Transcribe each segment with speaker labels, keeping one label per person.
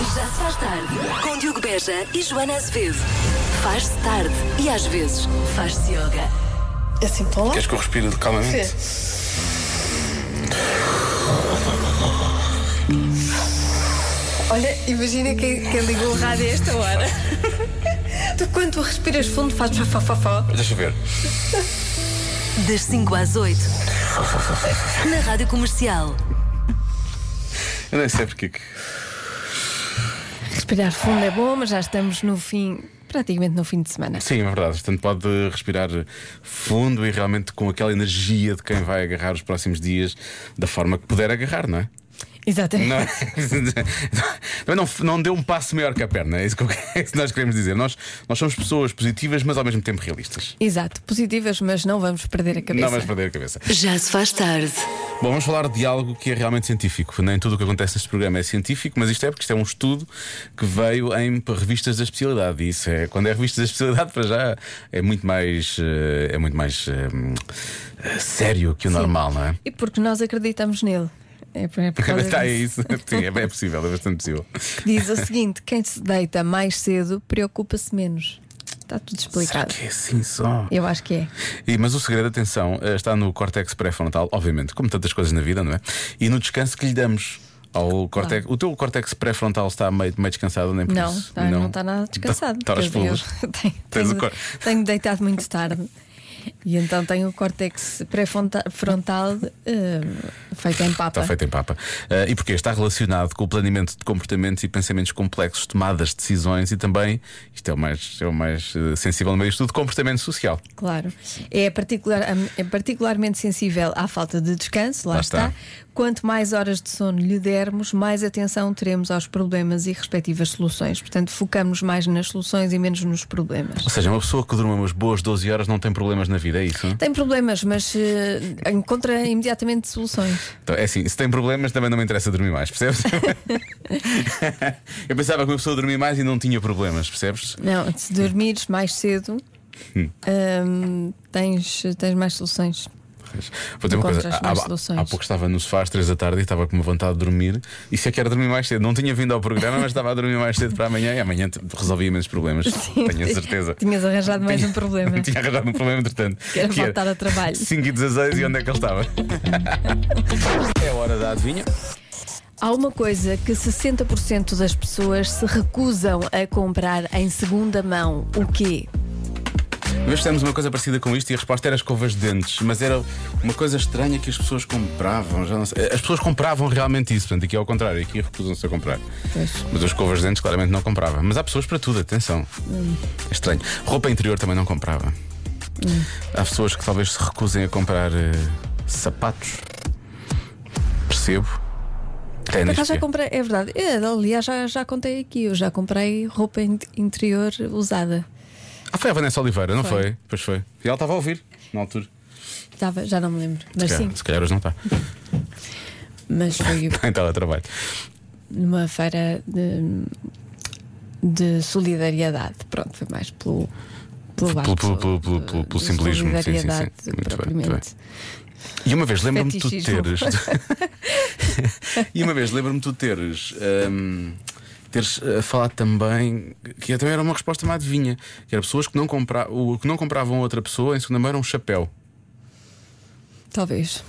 Speaker 1: Já se faz tarde. Com Diogo Beja e Joana Azevedo. Faz-se tarde e às vezes faz-se yoga.
Speaker 2: É assim tão lá?
Speaker 3: Queres que eu respire calmamente?
Speaker 2: Sim. Olha, imagina quem, quem ligou o rádio a esta hora. tu, quando tu respiras fundo, fazes fafafafó.
Speaker 3: Deixa eu ver.
Speaker 1: Das 5 às 8. Na Rádio Comercial.
Speaker 3: Eu nem sei porque é que.
Speaker 2: Respirar fundo é bom, mas já estamos no fim, praticamente no fim de semana.
Speaker 3: Sim, é verdade. Portanto, pode respirar fundo e realmente com aquela energia de quem vai agarrar os próximos dias da forma que puder agarrar, não é?
Speaker 2: Exatamente.
Speaker 3: Não, Também não, não deu um passo maior que a perna, é isso que, eu- é isso que nós queremos dizer. Nós, nós somos pessoas positivas, mas ao mesmo tempo realistas.
Speaker 2: Exato, positivas, mas não vamos perder a cabeça.
Speaker 3: Não vais perder a cabeça.
Speaker 1: Já se faz tarde.
Speaker 3: Bom, vamos falar de algo que é realmente científico. Nem tudo o que acontece neste programa é científico, mas isto é porque isto é um estudo que veio em revistas da especialidade. E Isso é, quando é revistas da especialidade, para já é muito mais, eh, é muito mais eh, hum, eh, sério que o normal, não é?
Speaker 2: E porque nós acreditamos nele. É por, é por causa
Speaker 3: Está aí
Speaker 2: disso.
Speaker 3: isso. Sim, é, bem possível, é bastante possível.
Speaker 2: Diz o seguinte: quem se deita mais cedo preocupa-se menos. Está tudo
Speaker 3: Será
Speaker 2: explicado.
Speaker 3: que é assim só?
Speaker 2: Eu acho que é.
Speaker 3: E, mas o segredo, atenção, eh, está no córtex pré-frontal, obviamente, como tantas coisas na vida, não é? E no descanso que lhe damos. Ao córtex, o teu córtex pré-frontal está meio, meio descansado, nem por
Speaker 2: Não,
Speaker 3: isso.
Speaker 2: tá- não está nada descansado.
Speaker 3: Tá- tá aos
Speaker 2: Quer dizer,
Speaker 3: pulos.
Speaker 2: eu tenho,
Speaker 3: Tens o
Speaker 2: tenho-
Speaker 3: cor-
Speaker 2: tenho deitado muito tarde. E então tenho o córtex pré-frontal eh, feito em papa.
Speaker 3: Está Tá feito em papa. Ah, e porquê? Está relacionado com o planeamento de comportamentos e pensamentos complexos, tomadas de decisões e também, isto é o mais, é o mais eh, sensível no meio disto tudo, comportamento social.
Speaker 2: Claro. É, particular- é particularmente sensível à falta de descanso, lá,
Speaker 3: Lá
Speaker 2: está.
Speaker 3: está.
Speaker 2: Quanto mais horas de sono lhe dermos, mais atenção teremos aos problemas e respectivas soluções. Portanto, focamos mais nas soluções e menos nos problemas.
Speaker 3: Ou seja, uma pessoa que durma umas boas 12 horas não tem problemas na vida, é isso?
Speaker 2: Tem problemas, mas eh, encontra imediatamente soluções.
Speaker 3: Então, é assim, se tem problemas também não me interessa dormir mais, percebes? Eu pensava que uma pessoa dormia mais e não tinha problemas, percebes?
Speaker 2: Não, se dormires mais cedo, hum, tens, tens mais soluções.
Speaker 3: Vou dizer uma coisa.
Speaker 2: Encontras
Speaker 3: Há,
Speaker 2: mais
Speaker 3: há-
Speaker 2: soluções.
Speaker 3: há pouco estava no sofá às três da tarde e estava com uma vontade de dormir. E se é que era dormir mais cedo? Não tinha vindo ao programa, mas estava a dormir mais cedo para amanhã e amanhã te- resolvia menos problemas. tenho a certeza.
Speaker 2: Tinhas arranjado mais um problema.
Speaker 3: Tinha arranjado um problema, entretanto.
Speaker 2: Que era voltar ao trabalho.
Speaker 3: 5 e 16 e onde é que ele estava? é hora da adivinha.
Speaker 2: Há uma coisa que 60% das pessoas se recusam a comprar em segunda mão. O quê?
Speaker 3: Nós fizemos uma coisa parecida com isto e a resposta era escovas de dentes, mas era uma coisa estranha que as pessoas compravam. Já não sei. As pessoas compravam realmente isso, portanto, aqui é ao contrário, aqui recusam-se a comprar.
Speaker 2: Pois.
Speaker 3: Mas as escovas de dentes claramente não comprava. Mas há pessoas para tudo, atenção.
Speaker 2: Hum.
Speaker 3: É estranho. Roupa interior também não comprava.
Speaker 2: Hum.
Speaker 3: Há pessoas que talvez se recusem a comprar eh, sapatos. Percebo.
Speaker 2: Por
Speaker 3: Ténis.
Speaker 2: acaso já
Speaker 3: que é.
Speaker 2: comprei, é verdade. É, aliás, já, já contei aqui. Eu já comprei roupa in- interior usada.
Speaker 3: Ah, foi a Vanessa Oliveira, não
Speaker 2: Foi.
Speaker 3: foi? Pois foi. E ela estava a ouvir, na altura.
Speaker 2: Estava, já não me lembro. Mas
Speaker 3: se,
Speaker 2: sim,
Speaker 3: calhar, se calhar hoje não está.
Speaker 2: mas foi
Speaker 3: Está em teletrabalho.
Speaker 2: numa feira de, de solidariedade. Pronto, foi mais pelo. Pelo,
Speaker 3: Pelo-
Speaker 2: ato
Speaker 3: pelo- pelo- pelo- pelo- pelo
Speaker 2: de
Speaker 3: simbolismo, sim, sim, sim.
Speaker 2: Solidariedade,
Speaker 3: Muito bem,
Speaker 2: propriamente.
Speaker 3: muito E uma vez lembro-me de tu
Speaker 2: Fetichismo.
Speaker 3: teres. e uma vez lembro-me de tu teres. hum, teres eh, falado também. Que também era uma resposta má adivinha. Que era pessoas que não, compra, o, que não compravam a outra pessoa, em segunda mão era um chapéu.
Speaker 2: Talvez.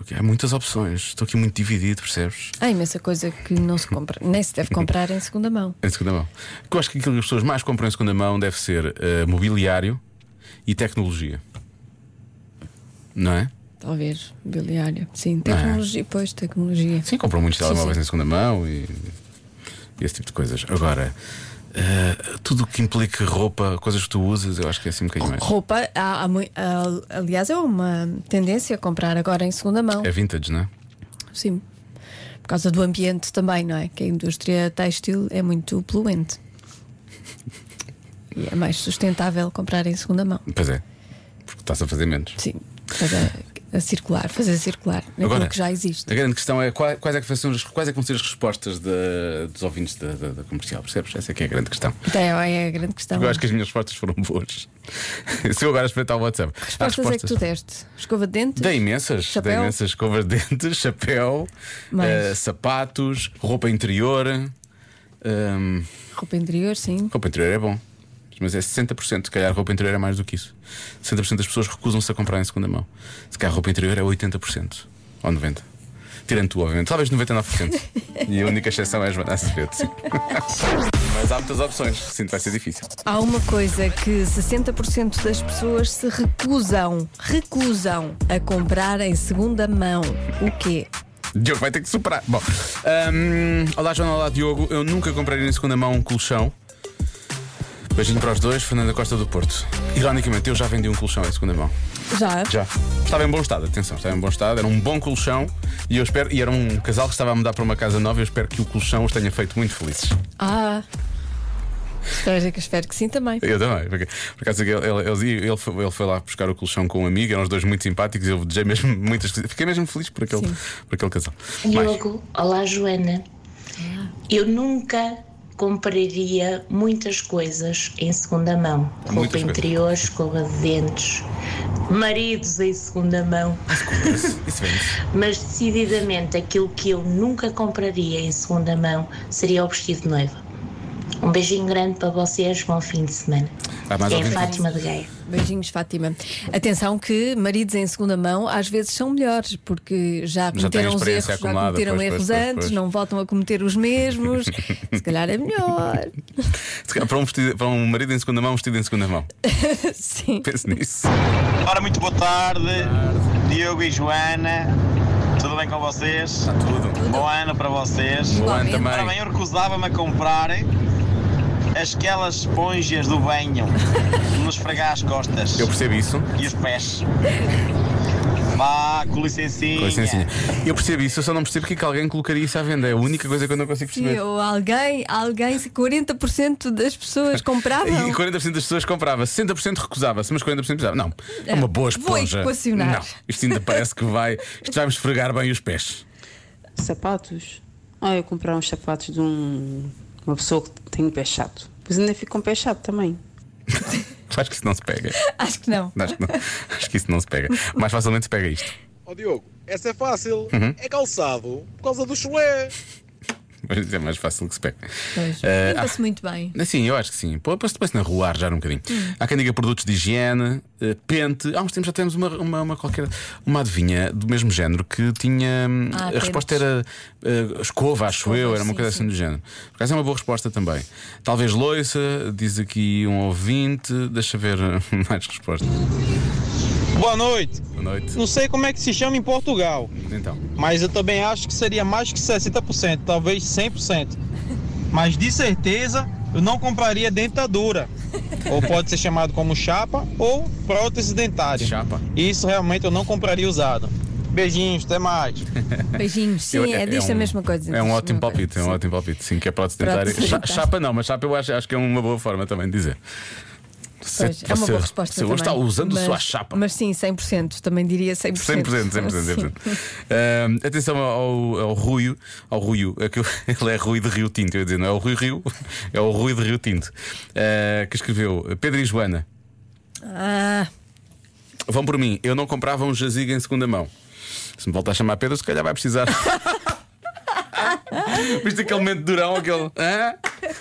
Speaker 3: Ok, Há muitas opções. Estou aqui muito dividido, percebes?
Speaker 2: Há imensa coisa que não se compra, nem se deve comprar em segunda mão.
Speaker 3: Em segunda mão. Eu acho que aquilo que as pessoas mais compram em segunda mão deve ser eh, mobiliário e tecnologia. Não é?
Speaker 2: Talvez, biliário. Sim, tecnologia, pois, tecnologia.
Speaker 3: Sim, compram muitos
Speaker 2: Sim,
Speaker 3: telemóveis
Speaker 2: sim.
Speaker 3: em segunda mão e, e esse tipo de coisas. Agora, eh, tudo o que implica roupa, coisas que tu usas, eu acho que é assim um bocadinho mais.
Speaker 2: Roupa, há- há mui- há- aliás, é uma tendência a comprar agora em segunda mão.
Speaker 3: É vintage, não é?
Speaker 2: Sim. Por causa do ambiente também, não é? Que a indústria têxtil é muito poluente. E é mais sustentável comprar em segunda mão.
Speaker 3: Pois é, porque estás a fazer menos.
Speaker 2: Sim. Cada- a circular, fazer circular naquilo
Speaker 3: Agora,
Speaker 2: que já existe.
Speaker 3: A grande questão é qua- quais é que, são as- quais é que vão ser as respostas da- dos ouvintes da, da- da comercial, percebes? Essa é que é a grande questão.
Speaker 2: Então, é a grande questão.
Speaker 3: Eu acho que as minhas respostas foram boas. Se eu agora espreitar o WhatsApp, há
Speaker 2: respostas, é que tu deste? Escova de dentes?
Speaker 3: Dei imensas, dei
Speaker 2: Chapéu?
Speaker 3: imensas escovas de dentes, chapéu,
Speaker 2: Mais?
Speaker 3: eh, sapatos, roupa interior. Hum,
Speaker 2: Roupa interior, sim.
Speaker 3: roupa interior é bom, mas é 60%. Se calhar roupa interior é mais do que isso. 60% das pessoas recusam-se a comprar em segunda mão. Se calhar roupa interior é 80% ou 90%. Tirando tu, obviamente, talvez 99%. e a única exceção é a Joana Azevedo, sim. Mas há muitas opções, sim, vai ser difícil.
Speaker 2: Há uma coisa que 60% das pessoas se recusam, recusam a comprar em segunda mão. O quê?
Speaker 3: Diogo vai ter que superar. Bom, hum, olá Joana, olá Diogo. Eu nunca compraria em segunda mão um colchão. Beijinho para os dois, Fernanda Costa do Porto. Ironicamente, eu já vendi um colchão em segunda mão.
Speaker 2: Já?
Speaker 3: Já. Estava em bom estado, atenção, estava em bom estado, era um bom colchão e eu espero, e era um casal que estava a mudar para uma casa nova, eu espero que o colchão os tenha feito muito felizes.
Speaker 2: Ah. Espero que, espero que sim também.
Speaker 3: Eu também, porque, por acaso ele, ele, ele- ele foi, ele foi lá buscar o colchão com um amigo, eram os dois muito simpáticos, eu desejei mesmo muitas Fiquei mesmo feliz por aquele,
Speaker 2: Sim.
Speaker 3: por aquele casal. Mais.
Speaker 4: Diogo, olá Joana.
Speaker 3: Ah.
Speaker 4: Eu nunca compraria muitas coisas em segunda mão. Roupa
Speaker 3: Muitas coisas.
Speaker 4: interior, escova de dentes, maridos em segunda mão.
Speaker 3: Isso, isso vende.
Speaker 4: Mas decididamente aquilo que eu nunca compraria em segunda mão seria o vestido de noiva. Um beijinho grande para vocês, bom fim de semana.
Speaker 3: Há mais
Speaker 4: é
Speaker 3: ouvinte?
Speaker 4: Fátima de Gaia.
Speaker 2: Beijinhos, Fátima. Atenção que maridos em segunda mão às vezes são melhores, porque já
Speaker 3: têm
Speaker 2: cometeram os erros,
Speaker 3: experiência
Speaker 2: já
Speaker 3: acumulada,
Speaker 2: cometeram
Speaker 3: pois, pois,
Speaker 2: erros
Speaker 3: pois,
Speaker 2: antes,
Speaker 3: pois.
Speaker 2: não voltam a cometer os mesmos. Se calhar é melhor.
Speaker 3: Se calhar, Para um, vestido- para um marido em segunda mão, um vestido em segunda mão.
Speaker 2: Sim.
Speaker 3: Pense nisso.
Speaker 5: Ora, muito boa tarde, Diogo e Joana. Tudo bem com vocês?
Speaker 3: Tudo.
Speaker 5: Bom ano para vocês.
Speaker 3: Bom ano
Speaker 5: Ora bem,
Speaker 3: também.
Speaker 5: eu recusava-me a comprar as aquelas esponjas do banho que nos esfregar as costas
Speaker 3: Eu percebo isso.
Speaker 5: e os pés. Vá, com licencinha.
Speaker 3: Com
Speaker 2: é.
Speaker 3: licencinha. Eu percebo isso, eu só não percebo porque é que alguém colocaria isso à venda. É a única coisa que eu não consigo
Speaker 2: Sim,
Speaker 3: perceber.
Speaker 2: ou alguém, alguém, se 40% das pessoas compravam.
Speaker 3: E 40% das pessoas comprava, 60% recusava-se, mas 40% precisava. Não, é uma boa
Speaker 2: vou
Speaker 3: esponja.
Speaker 2: equacionar.
Speaker 3: Não, isto ainda parece que vai. Isto vai-me esfregar bem os pés.
Speaker 6: Sapatos? Ah, eu comprar uns sapatos de um- uma pessoa que tem um pé chato. Pois ainda fica com um pé chato também.
Speaker 3: Acho que isso não se pega.
Speaker 2: Acho que não.
Speaker 3: Acho que, não- acho que isso não se pega. Mais facilmente se pega isto.
Speaker 7: Ó Diogo, essa é fácil. É calçado por causa do chulé.
Speaker 3: Mas é mais fácil que se pega.
Speaker 2: Pois.
Speaker 3: Eh,
Speaker 2: Limpa-se muito bem.
Speaker 3: Sim, eu acho que sim. Pô, Põe-se depois na rua a arjar um bocadinho. Há quem diga produtos de higiene, eh, pente. Há uns tempos já temos uma, uma, uma qualquer. Uma adivinha do mesmo género que tinha. hum,
Speaker 2: Ah,
Speaker 3: a
Speaker 2: pentes.
Speaker 3: resposta era eh, escova, acho
Speaker 2: Escova,
Speaker 3: eu. Era uma
Speaker 2: sim,
Speaker 3: coisa
Speaker 2: sim.
Speaker 3: assim do género. Por acaso é uma boa resposta também. Talvez loiça, diz aqui um ouvinte. Deixa ver eh, mais respostas.
Speaker 8: Boa noite.
Speaker 3: Boa noite.
Speaker 8: Não sei como é que se chama em Portugal,
Speaker 3: Então,
Speaker 8: mas eu também acho que seria mais que 60%, talvez 100%. Mas de certeza eu não compraria dentadura. Ou pode ser chamado como chapa ou prótese dentária.
Speaker 3: chapa.
Speaker 8: Isso realmente eu não compraria usado. Beijinhos, até mais.
Speaker 2: Beijinhos, sim,
Speaker 3: Eu-
Speaker 2: é, disto a
Speaker 3: um-
Speaker 2: mesma coisa.
Speaker 3: É um
Speaker 2: diz-se
Speaker 3: ótimo
Speaker 2: a mesma coisa.
Speaker 3: palpite, é um ótimo palpite. Sim, que é para
Speaker 2: Prótese
Speaker 3: dentária. Cha-
Speaker 2: dentária.
Speaker 3: Chapa não, mas chapa eu acho, acho que é uma boa forma também de dizer. Se-
Speaker 2: Pois, é uma
Speaker 3: você-
Speaker 2: boa resposta.
Speaker 3: Você hoje está
Speaker 2: também.
Speaker 3: usando
Speaker 2: mas,
Speaker 3: sua chapa.
Speaker 2: Mas sim, 100%. Também diria 100%.
Speaker 3: 100%, 100%, 100%. Ahm, atenção ao, ao Rui, ao Rui, é que eu- ele é Rui de Rio Tinto, eu ia dizer, não é o Rui Rio, é o Rui de Rio Tinto, ah, que escreveu Pedro e Joana,
Speaker 2: Ah,
Speaker 3: vão por mim, eu não comprava um jazigo em segunda mão. Se me voltar a chamar Pedro, se calhar vai precisar. Viste aquele momento durão, aquele. hã?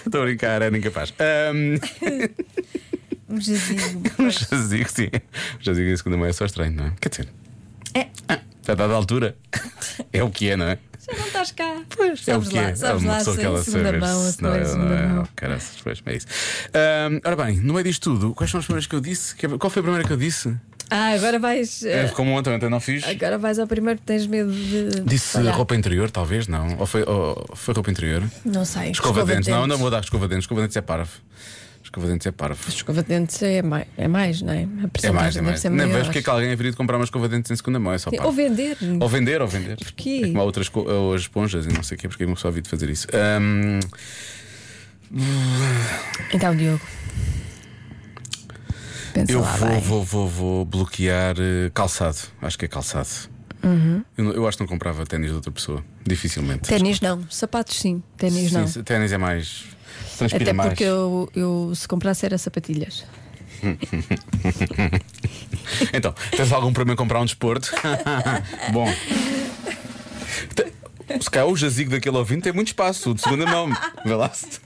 Speaker 3: Estou a brincar, era incapaz. Ahm,
Speaker 2: um jazigo.
Speaker 3: Um jazigo, sim. Um jazigo em segunda mão é só estranho, não é? Quer dizer.
Speaker 2: É.
Speaker 3: Ah, já está da altura. É o que é, não é?
Speaker 2: Já não estás cá. Pois,
Speaker 3: é o
Speaker 2: sabes
Speaker 3: que
Speaker 2: lá,
Speaker 3: é.
Speaker 2: sabes
Speaker 3: é uma
Speaker 2: lá
Speaker 3: pessoa
Speaker 2: se
Speaker 3: que ela
Speaker 2: em segunda
Speaker 3: sabe
Speaker 2: mão,
Speaker 3: se
Speaker 2: se não é em segunda
Speaker 3: não
Speaker 2: mão.
Speaker 3: Caraças, pois, é isso. Ahm, ora bem, no meio disto tudo, quais são as primeiras que eu disse? Que- é- Qual foi a primeira que eu disse?
Speaker 2: Ah, agora vais.
Speaker 3: É,
Speaker 2: eh,
Speaker 3: como ontem, ontem não fiz.
Speaker 2: Agora vais ao primeiro que tens medo de.
Speaker 3: Disse
Speaker 2: Olha,
Speaker 3: roupa interior, talvez, não? Ou foi, ou foi roupa interior?
Speaker 2: Não sei.
Speaker 3: Escova, de dentes. Não, não vou dar escova de dentes. Escova de dentes é parvo. Escova de dentes é parvo.
Speaker 2: Escova de dentes é mais, é mais, não é? A
Speaker 3: É mais, é
Speaker 2: percentagem deve
Speaker 3: mais.
Speaker 2: ser
Speaker 3: Nem
Speaker 2: maior.
Speaker 3: vejo porque é que alguém haveria de comprar uma escova de dentes em segunda mão. É só
Speaker 2: Sim,
Speaker 3: parvo.
Speaker 2: Ou vender.
Speaker 3: Ou vender, ou vender.
Speaker 2: Porquê?
Speaker 3: É como há outras co- ou as esponjas e não sei o quê, porque é que uma pessoa havia de fazer isso. Ahm,
Speaker 2: Então, Diogo. Pensa
Speaker 3: Eu
Speaker 2: lá
Speaker 3: vou,
Speaker 2: bem.
Speaker 3: vou, vou, vou bloquear eh, calçado. Acho que é calçado.
Speaker 2: Uhum.
Speaker 3: Eu, não- eu acho que não comprava ténis de outra pessoa. Dificilmente.
Speaker 2: Ténis não, sapatos sim, ténis
Speaker 3: Sim,
Speaker 2: não.
Speaker 3: sim, ténis é mais. Transpira
Speaker 2: Até
Speaker 3: mais.
Speaker 2: porque eu, eu se comprasse era sapatilhas.
Speaker 3: Então, tens algum problema em comprar um desporto? Bom. Te- Se calhar o jazigo daquele ouvinte tem muito espaço, o de segunda mão. Vê lá se-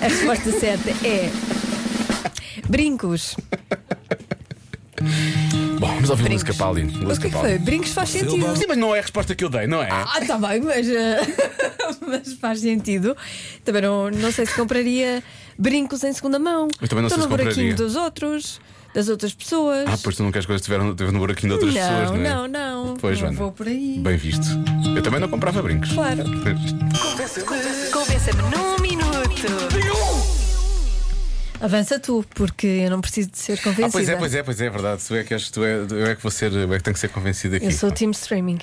Speaker 2: A resposta certa é. Brincos.
Speaker 3: Bom, vamos ouvir
Speaker 2: Brincos.
Speaker 3: música para ali.
Speaker 2: Mas o
Speaker 3: Música
Speaker 2: que é que
Speaker 3: para
Speaker 2: foi?
Speaker 3: ali.
Speaker 2: Brincos faz sentido.
Speaker 3: Sim, mas não é a resposta que eu dei, não é?
Speaker 2: Ah, está bem, mas, eh, mas faz sentido. Também não, não sei se compraria brincos em segunda mão.
Speaker 3: Eu também não sei se
Speaker 2: Estou no buraquinho
Speaker 3: compraria.
Speaker 2: dos outros, das outras pessoas.
Speaker 3: Ah, pois tu não queres coisas que tiveram teve no buraquinho de outras
Speaker 2: não,
Speaker 3: pessoas, não é?
Speaker 2: não, não.
Speaker 3: Pois,
Speaker 2: não
Speaker 3: Joana.
Speaker 2: vou por aí.
Speaker 3: Bem visto. Eu também não comprava brincos. Ah,
Speaker 2: Claro.
Speaker 1: Convença-me num minuto.
Speaker 2: Avança tu, porque eu não preciso de ser convencida.
Speaker 3: Ah, pois é, pois é, pois é, é verdade. Tu é que és, tu é, eu é que vou ser, eu é que tenho que ser convencido aqui.
Speaker 2: Eu sou o time streaming.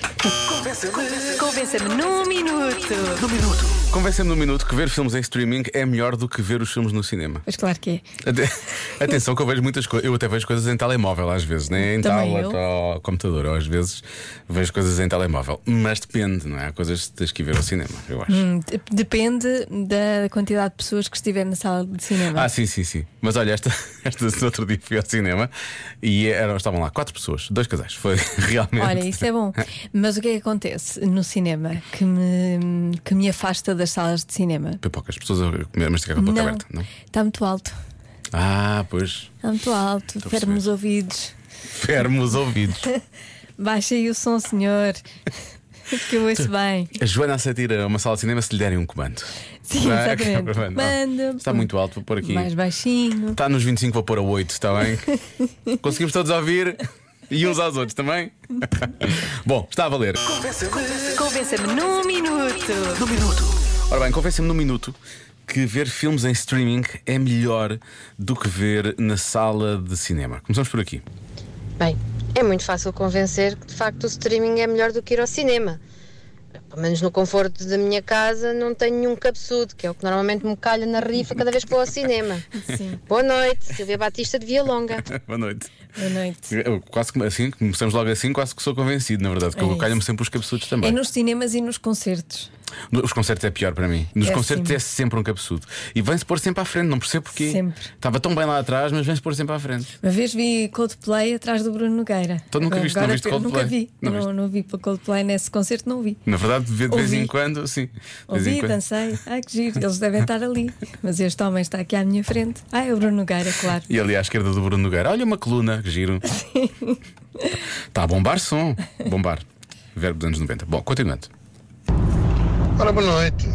Speaker 1: Convença-me num minuto.
Speaker 3: Convencendo num minuto que ver filmes em streaming é melhor do que ver os filmes no cinema.
Speaker 2: Mas claro que é.
Speaker 3: Ate- Atenção que eu vejo muitas coisas. Eu até vejo coisas em telemóvel às vezes, nem em
Speaker 2: Também
Speaker 3: tablet
Speaker 2: eu.
Speaker 3: ou computador. Ou às vezes vejo coisas em telemóvel. Mas depende, não é? Há coisas que tens que ir ver ao cinema, eu acho.
Speaker 2: Hum, de- Depende da quantidade de pessoas que estiver na sala de cinema.
Speaker 3: Ah, sim, sim, sim. Mas olha, esta, esta esse outro dia fui ao cinema e eram, estavam lá quatro pessoas, dois casais. Foi realmente.
Speaker 2: Olha, isso é bom. Mas o que é que acontece no cinema que me, que me afasta das salas de cinema?
Speaker 3: Pipocas, pessoas a comer mastigava a boca aberta, não?
Speaker 2: Está muito alto.
Speaker 3: Ah, pois.
Speaker 2: Está muito alto.
Speaker 3: a
Speaker 2: Ferme os ouvidos.
Speaker 3: Fermo os ouvidos.
Speaker 2: Baixa aí o som, senhor. Que eu ouço bem.
Speaker 3: A Joana aceita ir a uma sala de cinema se lhe derem um comando.
Speaker 2: Sim,
Speaker 3: Não é?
Speaker 2: exatamente.
Speaker 3: Acaba- não.
Speaker 2: Manda.
Speaker 3: Está muito alto, vou pôr aqui.
Speaker 2: Mais baixinho.
Speaker 3: Está Tá nos 25, vou pôr a 8, está bem? Conseguimos todos ouvir e uns aos outros também? Bom, está a valer.
Speaker 1: Convença-me num minuto.
Speaker 3: Ora bem, convença-me num minuto que ver filmes em streaming é melhor do que ver na sala de cinema. Começamos por aqui.
Speaker 9: Bem, é muito fácil convencer que de facto o streaming é melhor do que ir ao cinema. Pelo menos no conforto da minha casa não tenho nenhum cabeçudo, que é o que normalmente me calha na rifa cada vez que vou ao cinema.
Speaker 2: Sim.
Speaker 9: Boa noite, Silvia Batista de Via Longa.
Speaker 3: Boa noite.
Speaker 2: Boa noite.
Speaker 3: Eu quase que assim, começamos logo assim, quase que sou convencido, na verdade, porque
Speaker 2: É
Speaker 3: eu
Speaker 2: isso.
Speaker 3: calho-me sempre os cabeçudos também.
Speaker 2: É nos cinemas e nos concertos.
Speaker 3: No- Os concertos é pior para mim. Nos
Speaker 2: Péssimo.
Speaker 3: concertos é sempre um capsudo. E vem-se pôr sempre à frente, não percebo porquê.
Speaker 2: Sempre.
Speaker 3: Estava tão bem lá atrás, mas vem-se pôr sempre à frente.
Speaker 2: Uma vez vi Coldplay atrás do Bruno Nogueira.
Speaker 3: Então nunca
Speaker 2: Agora-
Speaker 3: viste- não
Speaker 2: agora
Speaker 3: viste
Speaker 2: eu Nunca
Speaker 3: Coldplay?
Speaker 2: vi.
Speaker 3: Não
Speaker 2: Não,
Speaker 3: viste?
Speaker 2: não vi para Coldplay nesse concerto, não vi.
Speaker 3: Na verdade, de de vez
Speaker 2: Ouvi.
Speaker 3: em quando, sim. De vez em
Speaker 2: Ouvi,
Speaker 3: quando.
Speaker 2: dancei. Ai que giro, eles devem estar ali. Mas este homem está aqui à minha frente. Ah, é o Bruno Nogueira, claro.
Speaker 3: E ali à esquerda do Bruno Nogueira, olha uma coluna, que giro. Está a bombar som. Bombar. Verbo dos anos 90. Bom, continuando.
Speaker 10: Ora, boa noite.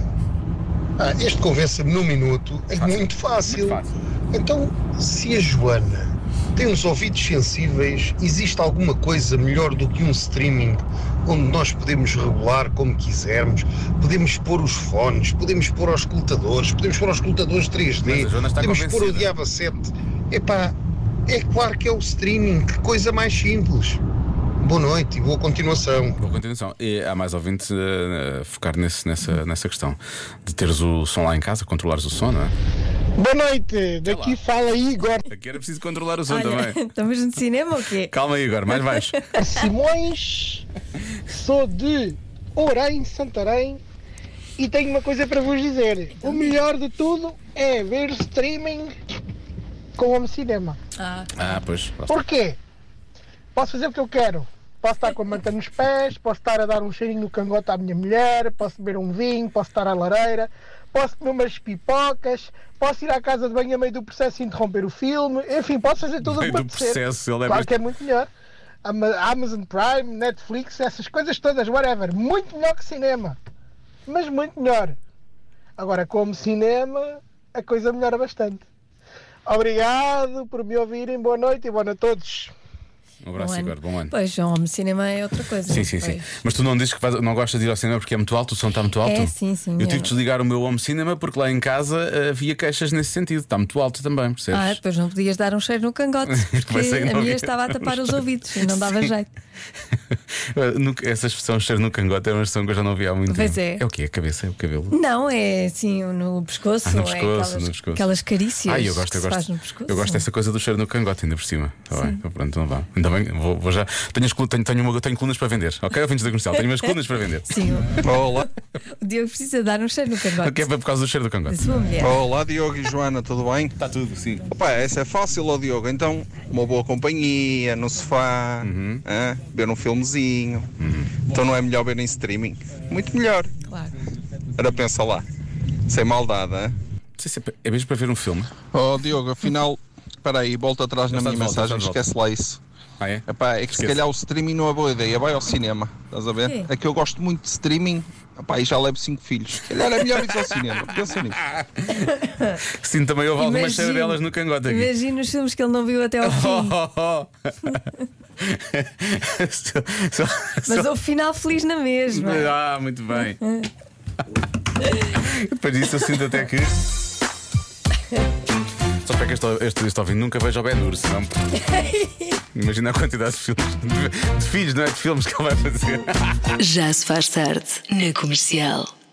Speaker 10: Ah, este convença-me num minuto é muito fácil.
Speaker 3: Muito fácil.
Speaker 10: Então, se a Joana tem uns ouvidos sensíveis, existe alguma coisa melhor do que um streaming onde nós podemos regular como quisermos, podemos pôr os fones, podemos pôr aos escutadores, podemos pôr aos escutadores 3D,
Speaker 3: Mas a Joana está
Speaker 10: podemos pôr o
Speaker 3: convencida.
Speaker 10: Diaba 7. Epá, é claro que é o streaming, que coisa mais simples. Boa noite e boa continuação.
Speaker 3: Boa
Speaker 2: Uhum.
Speaker 3: continuação. E há mais ouvintes a focar nesse, nessa,
Speaker 2: Uhum.
Speaker 3: nessa questão de teres o som lá em casa, controlares o som, não é?
Speaker 7: Boa noite, daqui
Speaker 3: Olá.
Speaker 7: fala Igor
Speaker 3: Aqui era preciso controlar o som
Speaker 2: Olha,
Speaker 3: também.
Speaker 2: estamos no cinema ou quê?
Speaker 3: Calma aí agora, mais baixo.
Speaker 7: Simões, sou de Orem, Santarém e tenho uma coisa para vos dizer. O melhor de tudo é ver streaming com home cinema.
Speaker 3: Ah, pois. lá está.
Speaker 7: Porquê? Posso fazer o que eu quero. Posso estar com a manta nos pés, posso estar a dar um cheirinho no cangote à minha mulher, posso beber um vinho, posso estar à lareira, posso comer umas pipocas, posso ir à casa de banho a meio do processo e interromper o filme, enfim, posso fazer tudo o que
Speaker 3: meio
Speaker 7: me
Speaker 3: do
Speaker 7: apetecer.
Speaker 3: processo, ele é
Speaker 7: Claro
Speaker 3: mais...
Speaker 7: que é muito melhor. Ama- Amazon Prime, Netflix, essas coisas todas, whatever. Muito melhor que cinema. Mas muito melhor. Agora, como cinema, a coisa melhora bastante. Obrigado por me ouvirem. Boa noite e boa noite a todos.
Speaker 3: Um abraço,
Speaker 2: ano.
Speaker 3: Igor. Bom ano.
Speaker 2: Pois, um home cinema é outra coisa.
Speaker 3: Sim, sim, sim.
Speaker 2: Pois.
Speaker 3: Mas tu não dizes que vais- não gostas de ir ao cinema porque é muito alto, o som está muito alto?
Speaker 2: É, sim, sim,
Speaker 3: Eu
Speaker 2: é.
Speaker 3: tive de desligar o meu home cinema porque lá em casa eh, havia queixas nesse sentido. Está muito alto também, percebes?
Speaker 2: Ah, depois não podias dar um cheiro no cangote,
Speaker 3: Pois
Speaker 2: porque
Speaker 3: é,
Speaker 2: a
Speaker 3: não
Speaker 2: minha
Speaker 3: ia
Speaker 2: estava a
Speaker 3: dar um
Speaker 2: tapar os
Speaker 3: cheiro.
Speaker 2: ouvidos e não dava
Speaker 3: Sim.
Speaker 2: jeito.
Speaker 3: Eh, Nunca- Essa expressão cheiro no cangote é uma expressão que eu já não ouvi há muito
Speaker 2: Pois
Speaker 3: tempo.
Speaker 2: é.
Speaker 3: o quê? A cabeça? É o cabelo?
Speaker 2: Não, é assim no pescoço,
Speaker 3: Ah, no
Speaker 2: é
Speaker 3: pescoço,
Speaker 2: aquelas,
Speaker 3: no pescoço.
Speaker 2: aquelas carícias
Speaker 3: Ah, eu gosto,
Speaker 2: que
Speaker 3: eu
Speaker 2: se faz
Speaker 3: gosto.
Speaker 2: no pescoço.
Speaker 3: Eu gosto dessa coisa do cheiro no cangote, ainda por cima. Tá bem, então pronto, não vá. Ainda bem, vou, vou já. Tenho, as colu- tenho, tenho, uma, tenho colunas para vender, ok? Ouvintes da comercial, tenho umas colunas para vender.
Speaker 2: Sim,
Speaker 11: Olá,
Speaker 2: o Diogo precisa dar um cheiro no cangote.
Speaker 3: Que é por causa do cheiro do cangote.
Speaker 2: Da sua mulher.
Speaker 11: Olá Diogo e Joana, tudo bem?
Speaker 3: Está Tá tudo, sim.
Speaker 11: Opa, essa é fácil, ó Diogo. Então, uma boa companhia, no sofá,
Speaker 3: Uhum.
Speaker 11: hã? ver um filmezinho. Então não é melhor ver em streaming? Muito melhor.
Speaker 3: Oh.
Speaker 2: Claro.
Speaker 11: Era pensa lá. Sem maldade, hã?
Speaker 3: Não sei se é pa- é mesmo para ver um filme.
Speaker 11: Oh Diogo, afinal, espera aí, volta atrás
Speaker 3: Já
Speaker 11: na
Speaker 3: está
Speaker 11: minha
Speaker 3: de volta, já
Speaker 11: mensagem,
Speaker 3: está de
Speaker 11: esquece lá isso.
Speaker 3: Ah, é?
Speaker 11: Epá, é que
Speaker 3: Esquece.
Speaker 11: se calhar o streaming não é boa ideia, vai ao cinema, estás a ver?
Speaker 2: Sim.
Speaker 11: É que eu gosto muito de streaming, epá, e já levo cinco filhos. Se calhar é melhor ir ao cinema, pensa nisso.
Speaker 3: Sim, também houve algumas
Speaker 2: Imagino.
Speaker 3: cheirodelas no cangote aqui.
Speaker 2: Imagina os filmes que ele não viu até ao fim,
Speaker 3: Oh, oh, oh. Só- só-
Speaker 2: mas
Speaker 3: só-
Speaker 2: o final feliz na mesma.
Speaker 3: Ah, muito bem. Depois disso eu sinto até que. Só para que este, este, este ouvinte nunca veja o Ben Hur, senão. Imagina a quantidade de filmes. De, de filhos, não é? De filmes que ele vai fazer.
Speaker 1: Já se faz tarde na comercial.